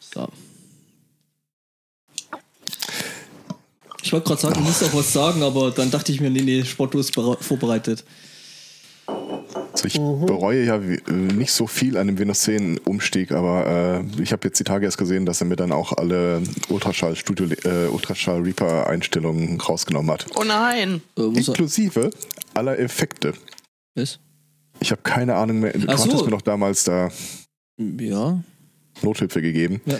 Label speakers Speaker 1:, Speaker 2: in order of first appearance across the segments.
Speaker 1: So. Ich wollte gerade sagen, du musst auch was sagen, aber dann dachte ich mir, nee, nee, Sportlo ist bere- vorbereitet.
Speaker 2: Also ich
Speaker 1: Mhm.
Speaker 2: bereue ja wie- äh, nicht so viel an dem Windows 10 Umstieg, aber äh, ich habe jetzt die Tage erst gesehen, dass er mir dann auch alle Ultraschall Studio äh, Ultraschall Reaper Einstellungen rausgenommen hat.
Speaker 3: Oh nein.
Speaker 1: Äh, muss er,
Speaker 2: Inklusive aller Effekte.
Speaker 1: was?
Speaker 2: Ich habe keine Ahnung mehr. Du
Speaker 1: Ach
Speaker 2: hattest
Speaker 1: so.
Speaker 2: mir doch damals da
Speaker 1: Ja.
Speaker 2: Nothilfe gegeben.
Speaker 1: ja.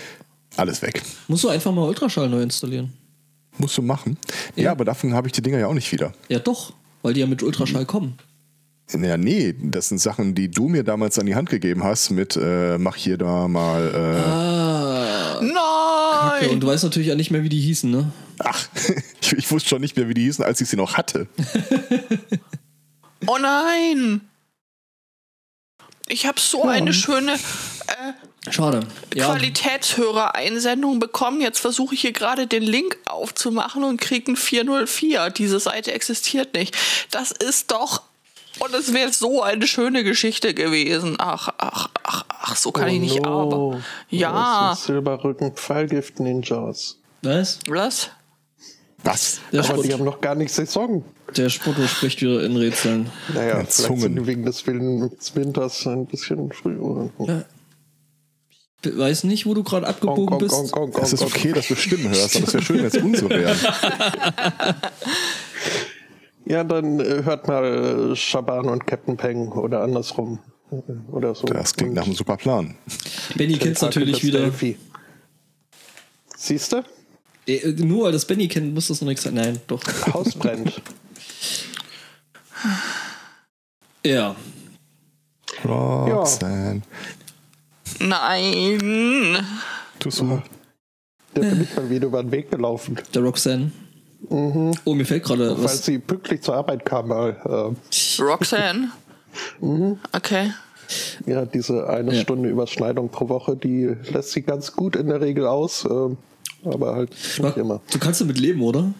Speaker 2: Alles weg.
Speaker 1: Musst du einfach mal Ultraschall neu installieren.
Speaker 2: Musst du machen. Ja,
Speaker 1: Ja.
Speaker 2: aber davon habe ich die Dinger ja auch nicht wieder.
Speaker 1: Ja, doch, weil die ja mit Ultraschall kommen.
Speaker 2: Ja, nee, das sind Sachen, die du mir damals an die Hand gegeben hast mit äh, mach hier da mal. Äh,
Speaker 1: Ah. Ja, und
Speaker 3: Nein.
Speaker 1: du weißt natürlich ja nicht mehr, wie die hießen, ne?
Speaker 2: Ach, ich, ich wusste schon nicht mehr, wie die hießen, als ich sie noch hatte.
Speaker 3: Oh nein. Ich habe so eine schöne äh,
Speaker 1: Schade. Ja,
Speaker 3: Qualitätshörer-Einsendung bekommen. Jetzt versuche ich hier gerade den Link aufzumachen und kriege einen 404. Diese Seite existiert nicht. Das ist doch. Und es wäre so eine schöne Geschichte gewesen. Ach, ach, ach, ach, so kann ich nicht arbeiten. Ja.
Speaker 4: Das Oh ist Silberrücken Pfeilgift Ninjas.
Speaker 1: was?
Speaker 3: Was?
Speaker 2: Was?
Speaker 1: Der,
Speaker 4: Aber die
Speaker 1: Sport,
Speaker 4: haben noch gar nicht Saison.
Speaker 1: der Sportlo spricht wieder in Rätseln.
Speaker 4: Naja,
Speaker 2: Ja,
Speaker 4: vielleicht sind
Speaker 2: Zungen.
Speaker 4: die wegen des wilden Winters ein bisschen früh.
Speaker 1: Ja. Ich weiß nicht, wo du gerade abgebogen bist.
Speaker 2: Es ist okay, dass du Stimmen hörst, aber es wäre schön, wenn es unsere wären.
Speaker 4: Ja, dann äh, hört mal äh, Shaban und Captain Peng oder andersrum. äh, Oder so.
Speaker 2: Das klingt nach einem super Plan.
Speaker 1: Benny kennt's natürlich wieder.
Speaker 4: Siehst du?
Speaker 1: Äh, Nur weil das Benny kennt, muss das noch nichts sein. Nein, doch.
Speaker 4: Haus brennt.
Speaker 1: Ja.
Speaker 2: Roxanne,
Speaker 3: Nein.
Speaker 2: du so.
Speaker 4: Da bin ich mal wieder über den Weg gelaufen.
Speaker 1: Der Roxanne.
Speaker 4: Mhm.
Speaker 1: Oh, mir fällt gerade
Speaker 4: Weil
Speaker 1: was.
Speaker 4: sie pünktlich zur Arbeit äh, kam, mal.
Speaker 3: Roxanne?
Speaker 4: Mhm.
Speaker 3: Okay.
Speaker 4: Äh, ja, diese eine
Speaker 1: Ja.
Speaker 4: Stunde Überschneidung pro Woche, die lässt sie ganz gut in der Regel aus. ähm, aber halt nicht immer.
Speaker 1: Du kannst damit leben, oder?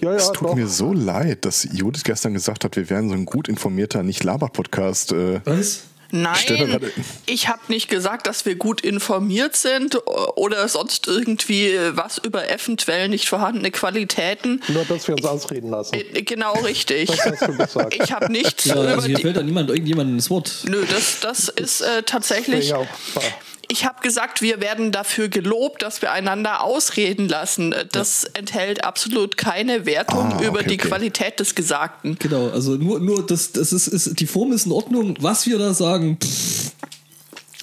Speaker 4: Ja, ja,
Speaker 2: Es tut
Speaker 4: doch.
Speaker 2: mir so leid, dass Judith gestern gesagt hat, wir wären so ein gut informierter Nicht-Laber-Podcast. Äh,
Speaker 1: Was?
Speaker 2: Stelle
Speaker 3: Nein,
Speaker 2: gerade-
Speaker 3: ich habe nicht gesagt, dass wir gut informiert sind oder sonst irgendwie was über eventuell nicht vorhandene Qualitäten.
Speaker 4: Nur, dass wir uns ausreden lassen.
Speaker 3: Äh, Genau richtig.
Speaker 4: Das hast du gesagt.
Speaker 3: Ich habe nichts
Speaker 1: Ja,
Speaker 3: über
Speaker 1: also hier
Speaker 3: die.
Speaker 1: fällt da niemand irgendjemandem ins Wort.
Speaker 3: Nö, das, das ist äh, tatsächlich.
Speaker 4: Ja, ja.
Speaker 3: Ich habe gesagt, wir werden dafür gelobt, dass wir einander ausreden lassen. Äh, Das enthält absolut keine Wertung
Speaker 2: Ah,
Speaker 3: über
Speaker 2: okay,
Speaker 3: die
Speaker 2: okay.
Speaker 3: Qualität des Gesagten.
Speaker 1: Genau, also nur, nur das, das ist, ist, die Form ist in Ordnung. Was wir da sagen, pff,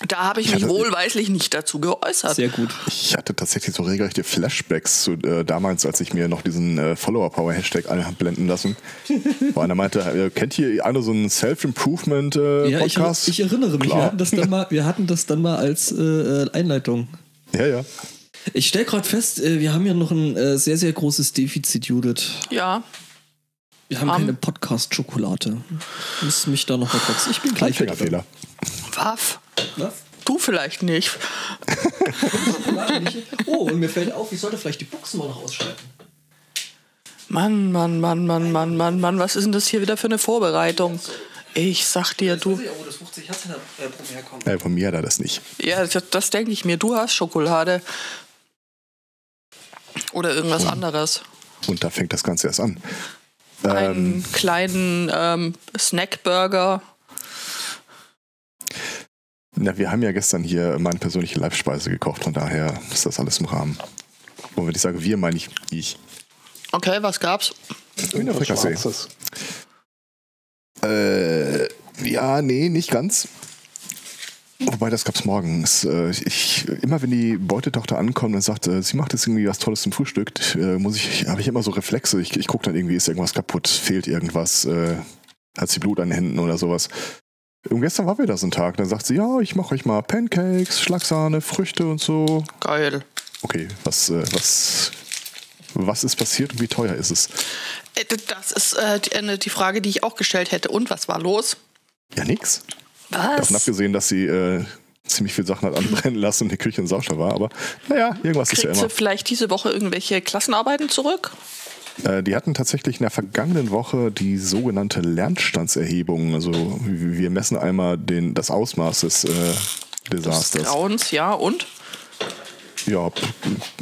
Speaker 3: Da habe ich
Speaker 2: Ja,
Speaker 3: mich
Speaker 2: das-
Speaker 3: wohlweislich nicht dazu geäußert.
Speaker 1: sehr gut.
Speaker 2: ich hatte tatsächlich so regelrechte Flashbacks zu äh, damals, als ich mir noch diesen äh, Follower-Power-Hashtag einblenden lassen. Wo einer meinte, äh, kennt hier einer so einen äh,
Speaker 1: Ja, ich,
Speaker 2: Self-Improvement-Podcast?
Speaker 1: ich erinnere mich, wir hatten, das dann mal, wir hatten das dann mal als äh, äh, Einleitung.
Speaker 2: Ja, ja.
Speaker 1: Ich stelle gerade fest, äh, wir haben hier noch ein äh, sehr, sehr großes Defizit, Judith.
Speaker 3: Ja.
Speaker 1: Wir haben
Speaker 3: Am-
Speaker 1: keine Podcast-Schokolade. Muss mich da noch mal kurz. Ich bin gleich wieder.
Speaker 2: Anfängerfehler.
Speaker 3: Waff.
Speaker 1: Was?
Speaker 3: Du vielleicht nicht.
Speaker 1: Schokolade nicht? Oh, und mir fällt auf, ich sollte vielleicht die Boxen mal noch ausschalten.
Speaker 3: Mann, Mann, Mann, Mann, Mann, Mann, Mann, was ist denn das hier wieder für eine Vorbereitung? Ich sag dir, du.
Speaker 1: ja, wo das 50 Hertz Problem herkommt.
Speaker 2: Äh, von mir hat er das nicht.
Speaker 3: Ja, das, das denke ich mir. Du hast Schokolade. Oder
Speaker 2: Hm.
Speaker 3: irgendwas anderes.
Speaker 2: Und da fängt das Ganze erst an. Ähm,
Speaker 3: Einen kleinen ähm, Snackburger.
Speaker 2: na, wir haben ja gestern hier meine persönliche Live-Speise gekocht, von daher ist das alles im Rahmen. Und wenn ich sage wir, meine ich ich.
Speaker 3: Okay, was gab's?
Speaker 4: Irgendwas
Speaker 2: Frikassee.
Speaker 4: Schwarzes.
Speaker 2: Äh, ja, nee, nicht ganz. Wobei, das gab's morgens. Äh, Ich, immer wenn die Beutetochter ankommt und sagt, äh, sie macht jetzt irgendwie was Tolles zum Frühstück, äh, muss ich, habe ich immer so Reflexe. Ich, ich gucke dann irgendwie, ist irgendwas kaputt, fehlt irgendwas, äh, hat sie Blut an den Händen oder sowas. Und gestern war wir da so ein Tag. Dann sagt sie, ja, ich mache euch mal Pancakes, Schlagsahne, Früchte und so.
Speaker 3: Geil.
Speaker 2: Okay, was, äh, was, was ist passiert und wie teuer ist es?
Speaker 3: Äh, d- Das ist äh, die, eine- die Frage, die ich auch gestellt hätte. Und was war los?
Speaker 2: Ja, nix. Davon
Speaker 3: Was?
Speaker 2: abgesehen, dass sie äh, ziemlich viel Sachen hat anbrennen lassen und die Küche in Sauscher war, aber naja, irgendwas ist ja
Speaker 3: Kriegt
Speaker 2: immer.
Speaker 3: sie vielleicht diese Woche irgendwelche Klassenarbeiten zurück?
Speaker 2: Äh, die hatten tatsächlich in der vergangenen Woche die sogenannte Lernstandserhebung. Also w- wir messen einmal den, das Ausmaß des äh,
Speaker 3: Des
Speaker 2: Desasters.
Speaker 3: Grauens, ja, und?
Speaker 2: Ja, p-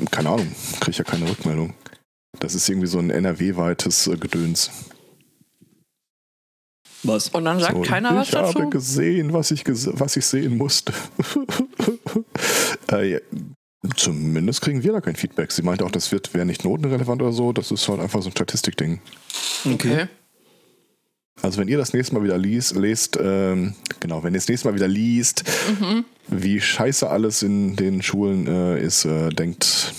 Speaker 2: keine Ahnung. Kriege ja keine Rückmeldung. Das ist irgendwie so ein NRW-weites äh, Gedöns.
Speaker 1: Was?
Speaker 3: Und dann sagt
Speaker 2: so,
Speaker 3: keiner was
Speaker 2: ich habe
Speaker 3: dazu.
Speaker 2: gesehen, was ich, ges was ich sehen musste. äh, ja. Zumindest kriegen wir da kein Feedback. Sie meinte auch, das wird wäre nicht notenrelevant oder so. Das ist halt einfach so ein Statistikding.
Speaker 3: Okay.
Speaker 2: Also wenn ihr das nächste Mal wieder liest, lest, ähm, genau, wenn ihr das nächste Mal wieder liest,
Speaker 3: Mhm.
Speaker 2: wie scheiße alles in den Schulen äh, ist, äh, denkt,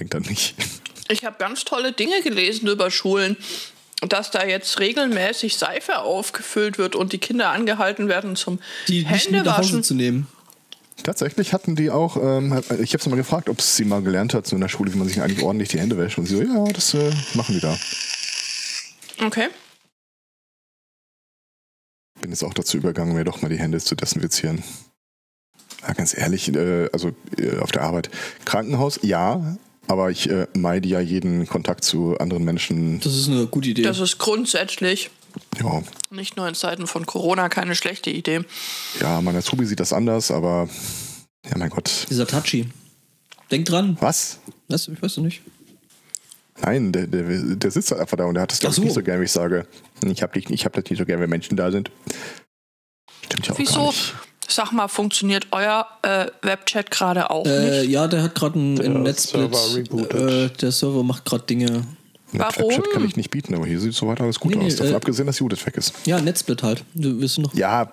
Speaker 2: denkt an mich.
Speaker 3: Ich habe ganz tolle Dinge gelesen über Schulen. Dass da jetzt regelmäßig Seife aufgefüllt wird und die Kinder angehalten werden zum
Speaker 1: Die nicht mit nach Hause
Speaker 3: Händewaschen.
Speaker 1: zu nehmen.
Speaker 2: Tatsächlich hatten die auch, ähm, ich habe sie mal gefragt, ob sie mal gelernt hat, so in der Schule, wie man sich eigentlich ordentlich die Hände wäscht. Und sie so, ja, das äh, machen die da.
Speaker 3: Okay.
Speaker 2: Bin jetzt auch dazu übergegangen, mir doch mal die Hände zu desinfizieren. Ja, ganz ehrlich, äh, also äh, auf der Arbeit. Krankenhaus, ja, aber ich äh, meide ja jeden Kontakt zu anderen Menschen.
Speaker 1: Das ist eine gute Idee.
Speaker 3: Das ist grundsätzlich
Speaker 2: Ja,
Speaker 3: nicht nur in Zeiten von Corona keine schlechte
Speaker 1: Oh,
Speaker 3: Idee.
Speaker 2: Ja, mein Azubi sieht das anders, aber ja, mein Gott.
Speaker 1: Dieser Tachi. Denk dran.
Speaker 2: Was?
Speaker 1: Was? Ich weiß es nicht.
Speaker 2: Nein, der, der, der sitzt halt einfach da und der hat das, glaube
Speaker 1: Ach
Speaker 2: ich,
Speaker 1: so.
Speaker 2: nicht so gern, wie ich sage. Ich habe ich hab das nicht so gern, wenn Menschen da sind. Stimmt ja auch gar
Speaker 3: Wieso?
Speaker 2: nicht.
Speaker 3: Sag mal, funktioniert euer äh, Webchat gerade auch
Speaker 1: Äh,
Speaker 3: nicht?
Speaker 1: ja, der hat gerade einen, einen
Speaker 4: Der
Speaker 1: Netzblitz.
Speaker 4: Server rebootet.
Speaker 1: Äh, der Server macht gerade Dinge.
Speaker 2: Mit
Speaker 3: Warum?
Speaker 2: Webchat kann ich nicht bieten, aber hier sieht soweit alles gut
Speaker 1: Nee, nee,
Speaker 2: aus. Davon
Speaker 1: äh,
Speaker 2: abgesehen, dass Judith weg ist.
Speaker 1: Ja, Netzblit halt. Du wirst noch. Ja,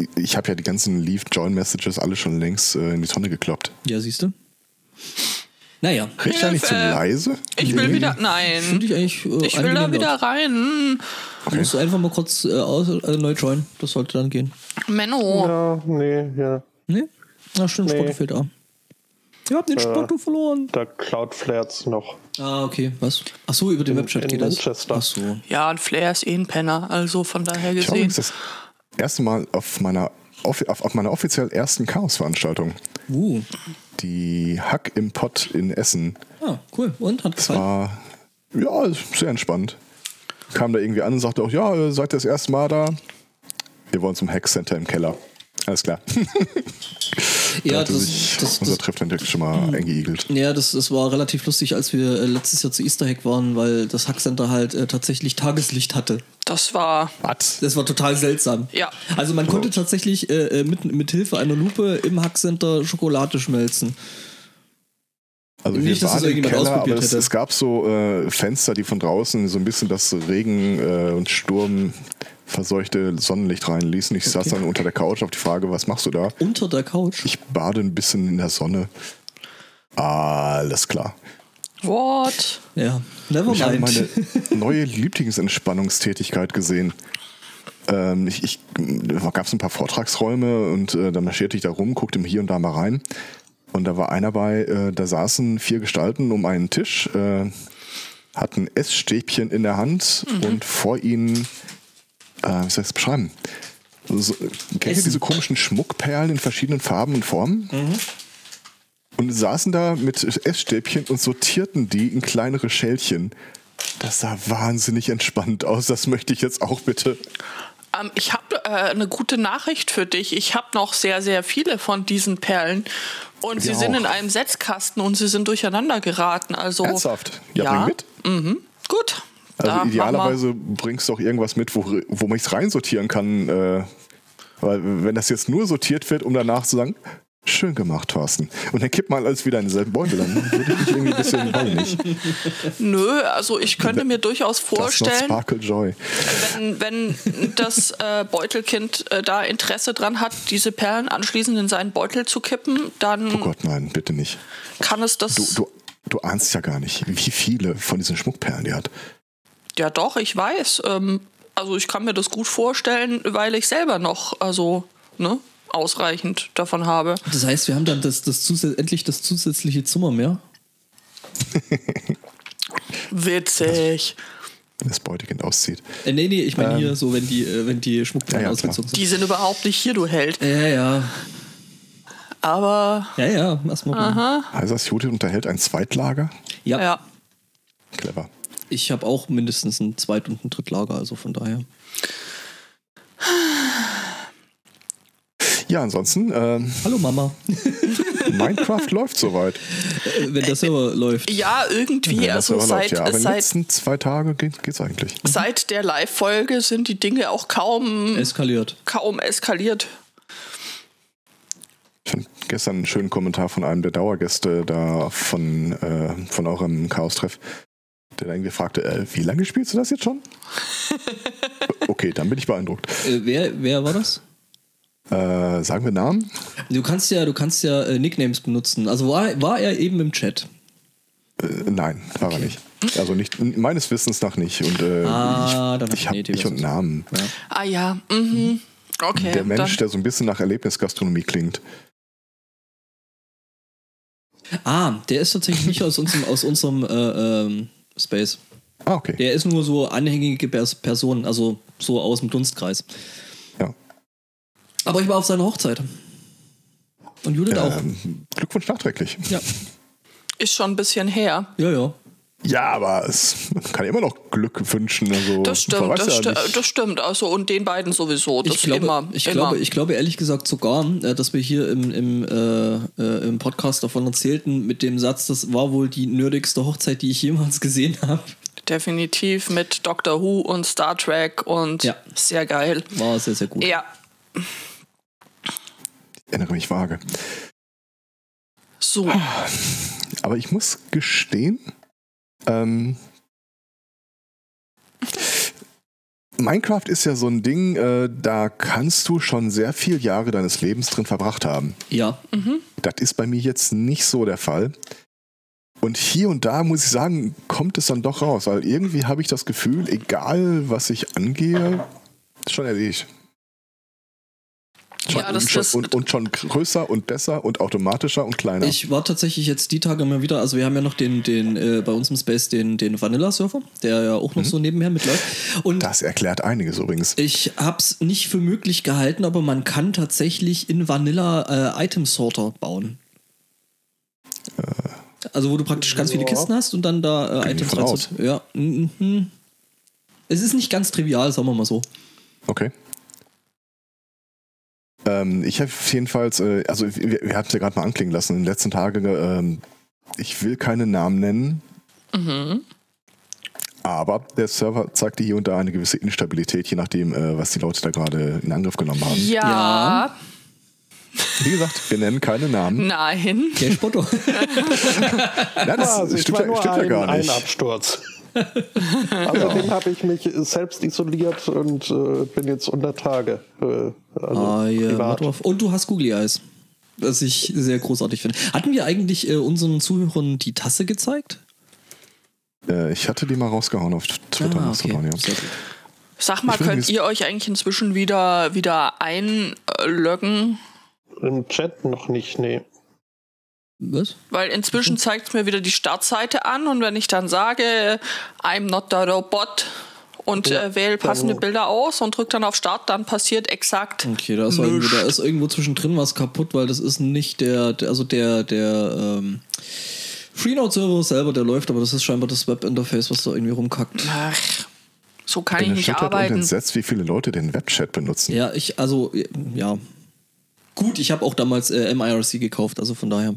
Speaker 2: Ja, ich habe ja die ganzen Leave-Join-Messages alle schon längst äh, in die Tonne gekloppt.
Speaker 1: siehst du. Naja.
Speaker 2: Rede ich da nicht zu
Speaker 3: Hilfe.
Speaker 2: leise?
Speaker 3: Ich will
Speaker 2: Nee.
Speaker 3: wieder.
Speaker 1: Finde
Speaker 3: Nein.
Speaker 1: ich eigentlich. Äh,
Speaker 3: Ich will da
Speaker 1: angenehm
Speaker 3: wieder
Speaker 1: laut.
Speaker 3: rein. Hm.
Speaker 1: Musst du einfach mal kurz äh, aus, äh, neu joinen. Das sollte dann gehen.
Speaker 3: Menno.
Speaker 4: Ja, nee, ja.
Speaker 1: Ne? Na stimmt,
Speaker 4: Nee.
Speaker 1: Spotto fehlt auch. Ihr
Speaker 4: Äh.
Speaker 1: habt den Spotto verloren.
Speaker 4: Da Cloudflares noch.
Speaker 1: Ah, okay. Was? Ach so, über den
Speaker 4: In-
Speaker 1: Webchat
Speaker 4: in
Speaker 1: geht das.
Speaker 4: Manchester.
Speaker 1: Ach so.
Speaker 3: Ja, und Flair ist eh ein Penner, also von daher
Speaker 2: Ich habe übrigens
Speaker 3: gesehen.
Speaker 2: das erste Mal auf meiner, offi- auf, auf meiner offiziell ersten Chaos-Veranstaltung.
Speaker 1: Uh.
Speaker 2: die Hack im Pott in Essen.
Speaker 1: Ah, cool. Und? Hat
Speaker 2: Es
Speaker 1: gefallen?
Speaker 2: war ja sehr entspannt. Kam da irgendwie an und sagte auch, ja, äh, seid ihr das erste Mal da? Wir wollen zum Hack Center im Keller. Alles klar. da
Speaker 1: Ja,
Speaker 2: hatte
Speaker 1: das,
Speaker 2: sich
Speaker 1: das,
Speaker 2: unser
Speaker 1: das, Mhm.
Speaker 2: Treffen direkt schon mal eingeigelt.
Speaker 1: ja das, das war relativ lustig, als wir äh, letztes Jahr zu Easter Hack waren, weil das Hackcenter halt äh, tatsächlich Tageslicht hatte.
Speaker 3: Das war.
Speaker 2: Was?
Speaker 1: Das war total seltsam.
Speaker 3: Ja.
Speaker 1: Also man konnte tatsächlich äh, äh, mit, mit Hilfe einer Lupe im Hackcenter Schokolade schmelzen.
Speaker 2: Also
Speaker 1: Nicht, dass das
Speaker 2: wir waren im
Speaker 1: irgendjemand
Speaker 2: Keller, aber
Speaker 1: ausprobiert
Speaker 2: es,
Speaker 1: hätte.
Speaker 2: es gab so äh, Fenster, die von draußen so ein bisschen das Regen äh, und Sturm verseuchte Sonnenlicht reinließen. Ich saß dann unter der Couch auf die Frage, was machst du da?
Speaker 1: Unter der Couch.
Speaker 2: Ich bade ein bisschen in der Sonne. Alles klar.
Speaker 3: What?
Speaker 1: Ja. Never
Speaker 2: Ich habe meine
Speaker 1: mind.
Speaker 2: neue Lieblingsentspannungstätigkeit gesehen. Ähm, ich, ich gab es ein paar Vortragsräume und äh, dann marschierte ich da rum, guckte mir hier und da mal rein. Und da war einer bei, äh, da saßen vier Gestalten um einen Tisch, äh, hatten Essstäbchen in der Hand und vor ihnen, äh, wie soll ich das beschreiben? So, kennt ihr
Speaker 1: Essen.
Speaker 2: diese komischen Schmuckperlen in verschiedenen Farben und Formen?
Speaker 3: Mhm.
Speaker 2: und saßen da mit Essstäbchen und sortierten die in kleinere Schälchen. Das sah wahnsinnig entspannt aus. Das möchte ich jetzt auch bitte.
Speaker 3: Ähm, ich habe äh, eine gute Nachricht für dich. Ich habe noch sehr, sehr viele von diesen Perlen. Und sie
Speaker 2: auch.
Speaker 3: sind in einem Setzkasten und sie sind durcheinander geraten. Also,
Speaker 2: Ernsthaft? Ja, bring mit.
Speaker 3: Mhm. Gut.
Speaker 2: Also
Speaker 3: Da, mach
Speaker 2: idealerweise bringst du auch irgendwas mit, wo, wo man es reinsortieren kann. Äh, weil wenn das jetzt nur sortiert wird, um danach zu sagen, schön gemacht, Thorsten. Und dann kippt man alles wieder in denselben Beutel. Dann würde ich irgendwie ein bisschen weinig.
Speaker 3: mal. Nö, also ich könnte mir durchaus
Speaker 2: Das ist noch
Speaker 3: vorstellen, Hm.
Speaker 2: Sparkle Joy.
Speaker 3: wenn, wenn das äh, Beutelkind äh, da Interesse dran hat, diese Perlen anschließend in seinen Beutel zu kippen, dann
Speaker 2: Oh Gott, nein, bitte nicht.
Speaker 3: kann es das.
Speaker 2: Du, du, du ahnst ja gar nicht, wie viele von diesen Schmuckperlen die hat.
Speaker 3: Ja, doch, ich weiß. Ähm, also ich kann mir das gut vorstellen, weil ich selber noch, also, ne, ausreichend davon habe.
Speaker 1: Das heißt, wir haben dann das, das zusätzlich, endlich das zusätzliche Zimmer mehr.
Speaker 3: Witzig.
Speaker 2: wenn das Beutekind auszieht.
Speaker 1: Äh, nee, nee, ich meine hier so, wenn die, äh, wenn die Schmuckperlen
Speaker 2: Ähm. Ah Ja, ja, klar.
Speaker 1: ausgezogen sind.
Speaker 3: Die sind überhaupt nicht hier, du Held.
Speaker 1: Ja, ja.
Speaker 3: Aber
Speaker 1: Ja, ja, erstmal. Aha.
Speaker 2: Heisers Judith unterhält ein Zweitlager.
Speaker 1: Ja,
Speaker 3: ja.
Speaker 2: Clever.
Speaker 1: ich habe auch mindestens ein Zweit- und ein Drittlager, also von daher.
Speaker 2: Ja, ansonsten, ähm,
Speaker 1: Hallo Mama. Äh,
Speaker 2: Minecraft läuft soweit.
Speaker 1: Wenn der Server läuft.
Speaker 3: Ja, irgendwie,
Speaker 2: Ja, das
Speaker 3: also
Speaker 2: aber läuft
Speaker 3: seit,
Speaker 2: ja. Aber in den
Speaker 3: seit,
Speaker 2: letzten zwei Tagen geht, geht's eigentlich.
Speaker 3: seit der Live-Folge sind die Dinge auch kaum,
Speaker 1: Eskaliert.
Speaker 3: kaum eskaliert.
Speaker 2: Ich fand gestern einen schönen Kommentar von einem der Dauergäste da von, äh, von eurem Chaos-Treff, der dann irgendwie fragte, äh, wie lange spielst du das jetzt schon? okay, dann bin ich beeindruckt.
Speaker 1: Äh, wer, wer war das?
Speaker 2: Äh, sagen wir Namen?
Speaker 1: Du kannst ja, du kannst ja äh, Nicknames benutzen. Also war, war er eben im Chat.
Speaker 2: Äh, nein, war er nicht. Also nicht, meines Wissens nach nicht. Und äh,
Speaker 1: Ah, dann hab ich
Speaker 2: ich,
Speaker 1: eine
Speaker 2: ich habe
Speaker 1: Idee,
Speaker 2: nicht
Speaker 1: was
Speaker 2: und
Speaker 1: das-
Speaker 2: Namen.
Speaker 3: Ah ja, mhm. Okay.
Speaker 2: der Mensch,
Speaker 3: dann,
Speaker 2: der so ein bisschen nach Erlebnisgastronomie klingt.
Speaker 1: Ah, der ist tatsächlich nicht aus unserem, aus unserem äh, ähm, Space.
Speaker 2: Ah, okay.
Speaker 1: Der ist nur so anhängige Pers Person, also so aus dem Dunstkreis.
Speaker 2: Ja.
Speaker 1: Aber ich war auf seiner Hochzeit. Und Judith auch.
Speaker 2: Ähm, Glückwunsch nachträglich.
Speaker 1: Ja,
Speaker 3: ist schon ein bisschen her.
Speaker 1: ja, ja.
Speaker 2: Ja, aber es man kann ja immer noch Glück wünschen. Also,
Speaker 3: Das
Speaker 2: man
Speaker 3: stimmt,
Speaker 2: weiß
Speaker 3: das,
Speaker 2: ja
Speaker 3: sti
Speaker 2: nicht.
Speaker 3: das stimmt. Also und den beiden sowieso. Das
Speaker 1: Ich glaube,
Speaker 3: immer.
Speaker 1: ich,
Speaker 3: immer.
Speaker 1: Glaube, ich glaube ehrlich gesagt sogar, äh, dass wir hier im, im, äh, äh, im Podcast davon erzählten, mit dem Satz, das war wohl die nerdigste Hochzeit, die ich jemals gesehen habe.
Speaker 3: Definitiv mit Doctor Who und Star Trek und
Speaker 1: Ja.
Speaker 3: sehr geil.
Speaker 1: War sehr, sehr gut.
Speaker 3: Ja,
Speaker 2: Ich erinnere mich vage.
Speaker 3: so.
Speaker 2: Aber ich muss gestehen, ähm, Minecraft ist ja so ein Ding, äh, da kannst du schon sehr viele Jahre deines Lebens drin verbracht haben.
Speaker 1: Ja,
Speaker 3: Mhm.
Speaker 2: Das ist bei mir jetzt nicht so der Fall. Und hier und da muss ich sagen, kommt es dann doch raus, weil irgendwie habe ich das Gefühl, egal was ich angehe, ist schon erledigt. Schon,
Speaker 3: Ja, das-
Speaker 2: und, schon,
Speaker 3: das-
Speaker 2: und, und schon größer und besser und automatischer und kleiner.
Speaker 1: ich war tatsächlich jetzt die Tage mal wieder, also wir haben ja noch den, den äh, bei uns im Space den, den Vanilla-Surfer, der ja auch noch so nebenher mitläuft. Und
Speaker 2: das erklärt einiges übrigens.
Speaker 1: Ich hab's nicht für möglich gehalten, aber man kann tatsächlich in Vanilla äh, Item Sorter bauen. Also wo du praktisch ganz viele
Speaker 4: Ja.
Speaker 1: Kisten hast und dann da äh,
Speaker 2: Geh ich
Speaker 1: Items rein-
Speaker 2: von
Speaker 1: Ja. Mhm. Es ist nicht ganz trivial, sagen wir mal so.
Speaker 2: Okay. Ähm, ich habe jedenfalls, äh, also wir, wir haben es ja gerade mal anklingen lassen, in den letzten Tagen, ähm, ich will keine Namen nennen,
Speaker 3: Mhm.
Speaker 2: aber der Server zeigte hier und da eine gewisse Instabilität, je nachdem, äh, was die Leute da gerade in Angriff genommen haben.
Speaker 3: Ja.
Speaker 1: Ja.
Speaker 2: Wie gesagt, wir nennen keine Namen.
Speaker 3: Nein.
Speaker 1: Okay, Spotto.
Speaker 2: Nein, das
Speaker 4: Also ich
Speaker 2: stimmt,
Speaker 4: war
Speaker 2: ja,
Speaker 4: nur
Speaker 2: stimmt ja
Speaker 4: ein,
Speaker 2: gar
Speaker 4: ein
Speaker 2: nicht.
Speaker 4: Absturz. Außerdem habe ich mich selbst isoliert und äh, bin jetzt unter Tage. Äh, also
Speaker 1: Ah, ja,
Speaker 4: privat.
Speaker 1: warte auf. Und du hast Googly Eyes. Was ich sehr großartig finde. Hatten wir eigentlich äh, unseren Zuhörern die Tasse gezeigt?
Speaker 2: Äh, ich hatte die mal rausgehauen auf
Speaker 1: Ah,
Speaker 2: Twitter.
Speaker 1: okay.
Speaker 2: Mastodon, ja.
Speaker 1: Sehr gut.
Speaker 3: Sag mal,
Speaker 2: Ich will
Speaker 3: könnt
Speaker 2: nicht-
Speaker 3: ihr euch eigentlich inzwischen wieder, wieder einloggen?
Speaker 4: Im Chat noch nicht, nee.
Speaker 1: Was?
Speaker 3: Weil
Speaker 1: Mhm.
Speaker 3: inzwischen zeigt es mir wieder die Startseite an und wenn ich dann sage, I'm not the robot und
Speaker 4: Ja,
Speaker 3: äh,
Speaker 1: Also
Speaker 3: wähle passende
Speaker 4: dann-
Speaker 3: Bilder aus und drücke dann auf Start, dann passiert exakt.
Speaker 1: Okay, da ist, irgendwo, da ist irgendwo zwischendrin was kaputt, weil das ist nicht der, der also der, der ähm, Freenode-Server selber, der läuft, aber das ist scheinbar das Webinterface, was da irgendwie rumkackt.
Speaker 3: Ach, so kann
Speaker 2: Ich bin
Speaker 3: ich nicht
Speaker 2: erschüttert und
Speaker 3: arbeiten.
Speaker 2: entsetzt, wie viele Leute den Webchat benutzen.
Speaker 1: Ja, ich, also, ja. Gut, ich habe auch damals äh, MIRC gekauft, also von daher.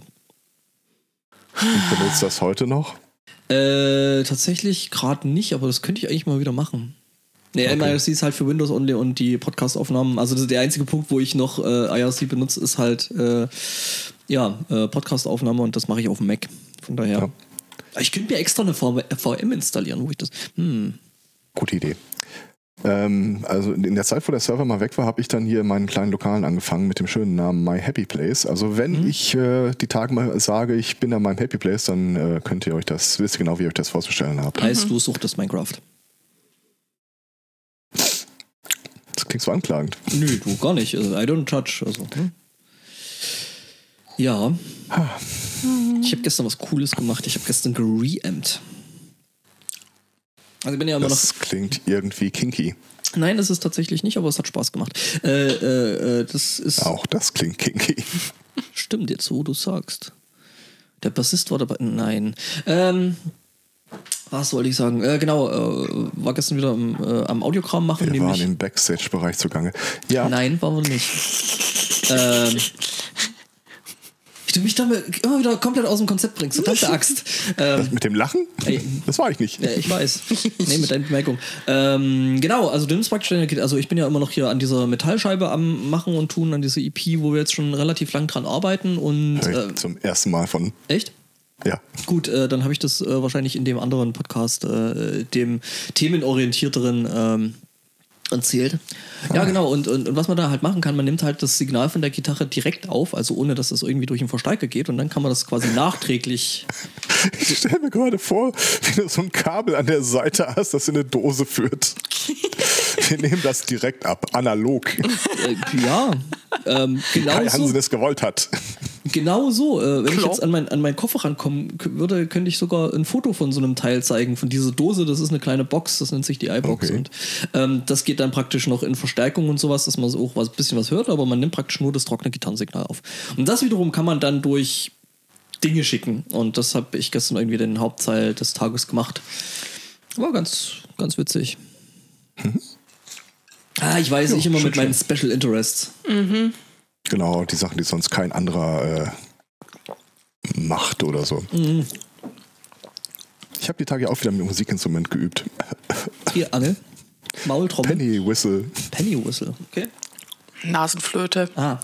Speaker 2: Und benutzt das heute noch?
Speaker 1: Äh, tatsächlich gerade nicht, aber das könnte ich eigentlich mal wieder machen. Nee, MIRC ist halt für Windows Only und die Podcast-Aufnahmen. Also das ist der einzige Punkt, wo ich noch äh, IRC benutze, ist halt äh, ja, äh, Podcast-Aufnahme und das mache ich auf dem Mac. Von daher. Ich könnte mir extra eine V- VM installieren, wo ich das. Hm.
Speaker 2: Gute Idee. Ähm, also in der Zeit, wo der Server mal weg war, habe ich dann hier in meinen kleinen Lokalen angefangen mit dem schönen Namen My Happy Place. Also wenn ich äh, die Tage mal sage, ich bin an meinem Happy Place, dann äh, könnt ihr euch das, wisst ihr genau, wie ihr euch das vorzustellen habt.
Speaker 1: Heißt, du suchtest Minecraft.
Speaker 2: Das klingt so anklagend.
Speaker 1: Nö, du gar nicht. Also, I don't judge. Also, hm? Ja. Ich habe gestern was Cooles gemacht. Ich habe gestern gereamt. Also ich bin ja immer noch
Speaker 2: Das klingt irgendwie kinky.
Speaker 1: Nein, das ist tatsächlich nicht, aber es hat Spaß gemacht. Äh, äh, äh, das ist.
Speaker 2: Auch das klingt kinky.
Speaker 1: Stimmt jetzt, wo du sagst. Der Bassist war dabei. Nein. Ähm, Was wollte ich sagen? Äh, genau, äh, war gestern wieder am, äh, am Audiokram machen.
Speaker 2: Wir waren
Speaker 1: nämlich,
Speaker 2: im Backstage-Bereich zugange. Ja,
Speaker 1: Nein, waren wir nicht. ähm, wie du mich damit immer wieder komplett aus dem Konzept bringst. Verdammte Axt. Ähm,
Speaker 2: das mit dem Lachen?
Speaker 1: Ey.
Speaker 2: Das war ich nicht.
Speaker 1: Ja, ich weiß. Nee, mit deiner Bemerkung. Ähm, genau, also Dims Backsteine geht, also ich bin ja immer noch hier an dieser Metallscheibe am Machen und Tun, an dieser EP, wo wir jetzt schon relativ lang dran arbeiten und
Speaker 2: Hör
Speaker 1: äh,
Speaker 2: ich zum ersten Mal von.
Speaker 1: echt?
Speaker 2: Ja.
Speaker 1: Gut, äh, dann habe ich das äh, wahrscheinlich in dem anderen Podcast, äh, dem themenorientierteren ähm, erzählt. Ja, genau. Und, und, und was man da halt machen kann, man nimmt halt das Signal von der Gitarre direkt auf, also ohne, dass es irgendwie durch den Verstärker geht. Und dann kann man das quasi nachträglich
Speaker 2: Ich stelle mir gerade vor, wie du so ein Kabel an der Seite hast, das in eine Dose führt. Wir nehmen das direkt ab, analog.
Speaker 1: Äh, ja, ähm,
Speaker 2: Kai
Speaker 1: genau so.
Speaker 2: Hansen es gewollt hat.
Speaker 1: Genau so. Äh, wenn ich
Speaker 3: Klar.
Speaker 1: jetzt an, mein, an meinen Koffer rankommen k- würde, könnte ich sogar ein Foto von so einem Teil zeigen, von dieser Dose. Das ist eine kleine Box, das nennt sich die iBox.
Speaker 2: Okay.
Speaker 1: Und ähm, das geht dann praktisch noch in Verstärkung und sowas, dass man so auch was, bisschen was hört, aber man nimmt praktisch nur das trockene Gitarrensignal auf. Und das wiederum kann man dann durch Dinge schicken. Und das habe ich gestern irgendwie den Hauptteil des Tages gemacht. War ganz, ganz witzig. Ah, ich weiß, ich immer mit meinen Special Interests.
Speaker 2: Genau, die Sachen, die sonst kein anderer äh, macht oder so.
Speaker 1: Mhm.
Speaker 2: Ich habe die Tage auch wieder mit dem Musikinstrument geübt.
Speaker 1: Hier, Angel. Maultrommel.
Speaker 2: Penny Whistle.
Speaker 1: Penny Whistle. Okay.
Speaker 3: Nasenflöte.
Speaker 1: Ah,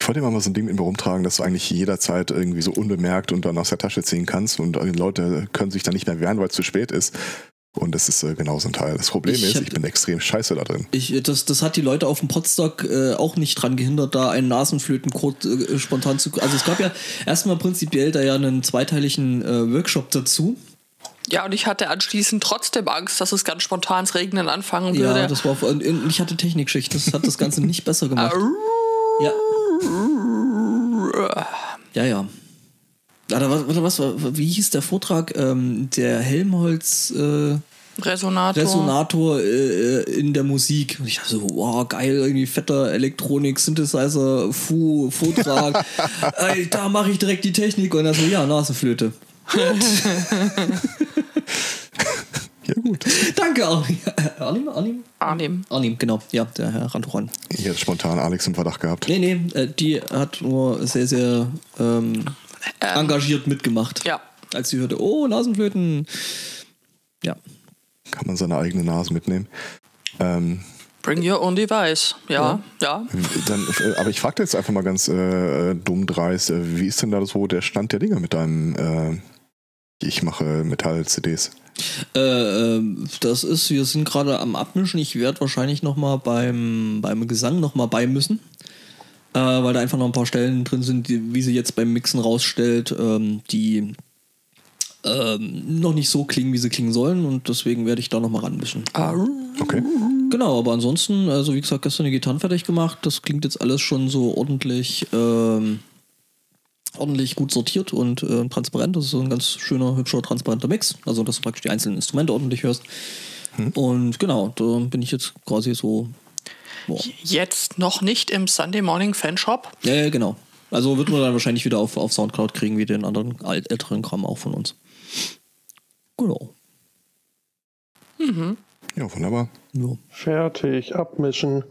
Speaker 2: Ich wollte immer mal so ein Ding mit mir rumtragen, dass du eigentlich jederzeit irgendwie so unbemerkt und dann aus der Tasche ziehen kannst und die Leute können sich dann nicht mehr wehren, weil es zu spät ist. Und das ist äh, genau so ein Teil. Das Problem
Speaker 1: Ich
Speaker 2: ist,
Speaker 1: hab-
Speaker 2: ich bin extrem scheiße da drin.
Speaker 1: ich, das, das hat die Leute auf dem Potstock äh, auch nicht dran gehindert, da einen Nasenflötenkot äh, spontan zu. Also es gab ja erstmal prinzipiell da ja einen zweiteiligen äh, Workshop dazu.
Speaker 3: Ja, und ich hatte anschließend trotzdem Angst, dass es ganz spontan das Regnen anfangen würde.
Speaker 1: Ja, das war auf, und, und ich hatte Technikschicht, das hat das Ganze nicht besser gemacht. Ja. Ja, ja. Warte, was, warte, was, war- wie hieß der Vortrag? Ähm, der Helmholtz äh,
Speaker 3: Resonator.
Speaker 1: Resonator äh, äh, in der Musik. Und ich dachte so, wow, geil, irgendwie fetter Elektronik, Synthesizer, Fu, Vortrag. Ey, da mache ich direkt die Technik. Und dann so, ja, Nasenflöte.
Speaker 2: Ja gut.
Speaker 1: Danke, Arnim. Arnim, Arnim?
Speaker 3: Arnim.
Speaker 1: Arnim, genau. Ja, der Herr Randoran.
Speaker 2: Ich hätte spontan Alex im Verdacht gehabt.
Speaker 1: Nee, nee, äh, die hat nur sehr, sehr ähm, engagiert mitgemacht.
Speaker 3: ja.
Speaker 1: Als sie hörte, oh, Nasenflöten. Ja.
Speaker 2: Kann man seine eigene Nase mitnehmen. Ähm,
Speaker 3: Bring your own device. Ja, ja.
Speaker 2: dann, äh, aber ich fragte jetzt einfach mal ganz äh, äh, dumm dreist, äh, wie ist denn da so der Stand der Dinge mit deinem, äh, ich mache Metall-CDs?
Speaker 1: Äh, ähm, das ist, wir sind gerade am Abmischen. Ich werde wahrscheinlich nochmal beim, beim Gesang nochmal bei müssen. Äh, weil da einfach noch ein paar Stellen drin sind, die, wie sie jetzt beim Mixen rausstellt, ähm, die ähm, noch nicht so klingen, wie sie klingen sollen. Und deswegen werde ich da nochmal ran müssen.
Speaker 2: Okay.
Speaker 1: Genau, aber ansonsten, also wie gesagt, gestern die Gitarren fertig gemacht. Das klingt jetzt alles schon so ordentlich, ähm, ordentlich gut sortiert und äh, transparent. Das ist so ein ganz schöner, hübscher, transparenter Mix. Also, dass du praktisch die einzelnen Instrumente ordentlich hörst. Und genau, da bin ich jetzt quasi so. Boah.
Speaker 3: Jetzt noch nicht im Sunday Morning Fanshop.
Speaker 1: Ja, ja, genau. Also wird man dann wahrscheinlich wieder auf, auf Soundcloud kriegen, wie den anderen alt, älteren Kram auch von uns. Genau.
Speaker 2: Ja, wunderbar.
Speaker 1: Ja.
Speaker 4: Fertig, abmischen.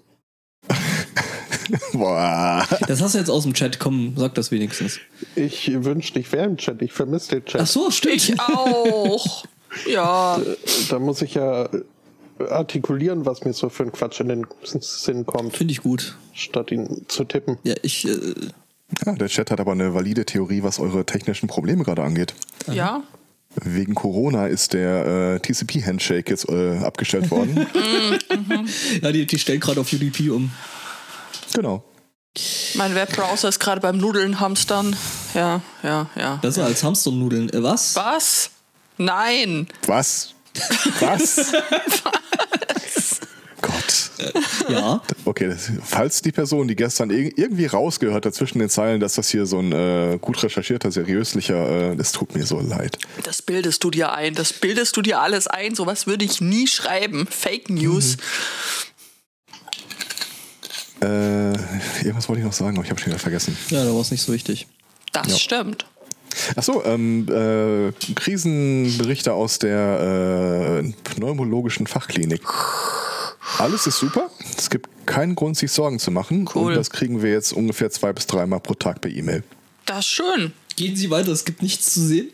Speaker 2: Boah.
Speaker 1: Das hast du jetzt aus dem Chat. Komm, sag das wenigstens.
Speaker 4: Ich wünschte, ich wäre im Chat. Ich vermisse den Chat.
Speaker 1: Ach so, stimmt.
Speaker 3: Ich auch. ja.
Speaker 4: Da muss ich ja äh, artikulieren, was mir so für ein Quatsch in den Sinn kommt,
Speaker 1: Finde ich gut.
Speaker 4: statt ihn zu tippen.
Speaker 1: Ja, ich. Äh,
Speaker 2: Ja, der Chat hat aber eine valide Theorie, was eure technischen Probleme gerade angeht.
Speaker 1: Äh,
Speaker 3: Ja.
Speaker 2: Wegen Corona ist der äh, TCP-Handshake jetzt äh, abgestellt worden.
Speaker 1: Ja, die, die stellen gerade auf UDP um.
Speaker 2: genau.
Speaker 3: Mein Webbrowser ist gerade beim Nudeln hamstern. Ja, ja, ja.
Speaker 1: Besser als Hamsternudeln. Äh, was?
Speaker 3: Was? Nein.
Speaker 2: Was? Was? Gott.
Speaker 1: Ja.
Speaker 2: Okay, das, falls die Person, die gestern irg irgendwie rausgehört hat zwischen den Zeilen, dass das hier so ein äh, gut recherchierter, seriöslicher, äh, das tut mir so leid.
Speaker 3: Das bildest du dir ein. Das bildest du dir alles ein. Sowas würde ich nie schreiben. Fake News.
Speaker 1: Mhm.
Speaker 2: Äh, irgendwas wollte ich noch sagen, aber ich habe schon wieder vergessen.
Speaker 1: Ja, da war es nicht so wichtig.
Speaker 3: Das stimmt.
Speaker 2: Achso, ähm, äh, Krisenberichte aus der äh, pneumologischen Fachklinik. Alles ist super. Es gibt keinen Grund, sich Sorgen zu machen.
Speaker 3: Cool.
Speaker 2: Und das kriegen wir jetzt ungefähr zwei bis dreimal pro Tag per E-Mail.
Speaker 3: Das ist schön.
Speaker 1: Gehen Sie weiter, es gibt nichts zu sehen.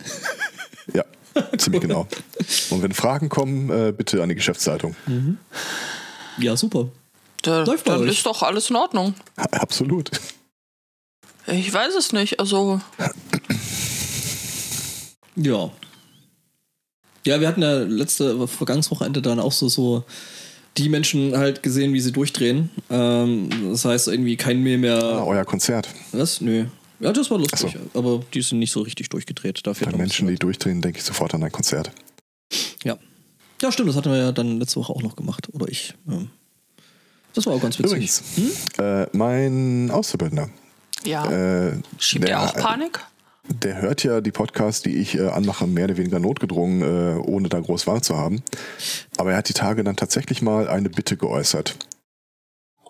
Speaker 2: Ja, ziemlich genau. Und wenn Fragen kommen, äh, bitte an die Geschäftsleitung.
Speaker 1: Ja, super.
Speaker 3: Da,
Speaker 1: Läuft bei
Speaker 3: dann
Speaker 1: euch.
Speaker 3: ist doch alles in Ordnung.
Speaker 2: Ha- Absolut.
Speaker 3: Ich weiß es nicht. Also,
Speaker 1: Ja. Ja, wir hatten ja letzte vergangenes Wochenende dann auch so, so die Menschen halt gesehen, wie sie durchdrehen. Ähm, das heißt irgendwie kein Mehl mehr.
Speaker 2: Ah, euer Konzert.
Speaker 1: Was? Nö. Ja, das war lustig,
Speaker 2: Ach
Speaker 1: aber die sind nicht so richtig durchgedreht. Dafür
Speaker 2: Bei
Speaker 3: Genau.
Speaker 2: Menschen, die durchdrehen, denke ich sofort an ein Konzert.
Speaker 1: Ja. Ja, stimmt, das hatten wir ja dann letzte Woche auch noch gemacht. Oder ich. Ähm, Das war auch ganz witzig.
Speaker 2: Übrigens,
Speaker 3: Hm?
Speaker 2: äh, mein Auszubildender,
Speaker 3: ja.
Speaker 2: äh,
Speaker 3: Schiebt
Speaker 2: der-
Speaker 3: er auch Panik?
Speaker 2: der hört ja die Podcasts, die ich äh, anmache, mehr oder weniger notgedrungen, äh, ohne da groß wahr zu haben. Aber er hat die Tage dann tatsächlich mal eine Bitte geäußert.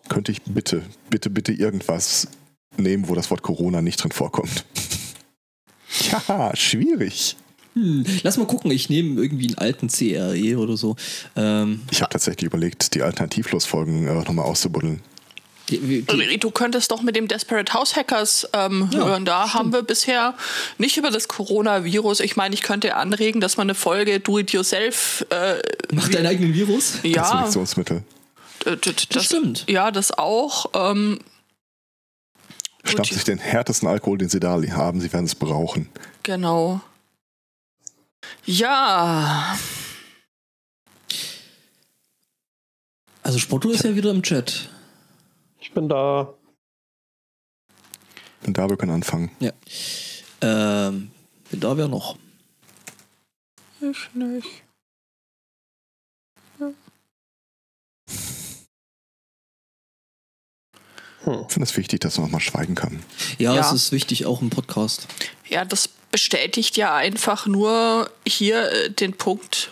Speaker 2: Könnte ich bitte, bitte, bitte irgendwas nehmen, wo das Wort Corona nicht drin vorkommt? Ja, schwierig.
Speaker 1: Hm, lass mal gucken, ich nehme irgendwie einen alten CRE oder so. Ähm,
Speaker 2: Ich habe tatsächlich überlegt, die Alternativlos-Folgen äh, nochmal auszubuddeln.
Speaker 1: die, die,
Speaker 2: Also,
Speaker 3: Du könntest doch mit dem Desperate House Hackers ähm,
Speaker 1: Ja,
Speaker 3: hören. Da haben wir bisher nicht über das Coronavirus. Ich meine, ich könnte anregen, dass man eine Folge Do It Yourself. Äh,
Speaker 1: mach deinen eigenen Virus?
Speaker 3: ja,
Speaker 2: Desinfektionsmittel.
Speaker 3: d- d- d-
Speaker 1: Das stimmt.
Speaker 3: Ja, das auch. Ähm,
Speaker 2: Schnappt
Speaker 3: Gut.
Speaker 2: sich den härtesten Alkohol, den sie da haben, sie werden es brauchen.
Speaker 3: genau. Ja,
Speaker 1: Also Spotto ist ja wieder im Chat.
Speaker 4: Ich bin da.
Speaker 2: Und da wir können anfangen.
Speaker 1: Ja. Ähm, bin da wäre noch.
Speaker 3: ich nicht.
Speaker 4: hm.
Speaker 2: Ich finde es wichtig, dass man nochmal schweigen kann.
Speaker 1: Ja,
Speaker 3: Ja.
Speaker 1: es ist wichtig, auch im Podcast.
Speaker 3: Ja, das bestätigt ja einfach nur hier äh, den Punkt,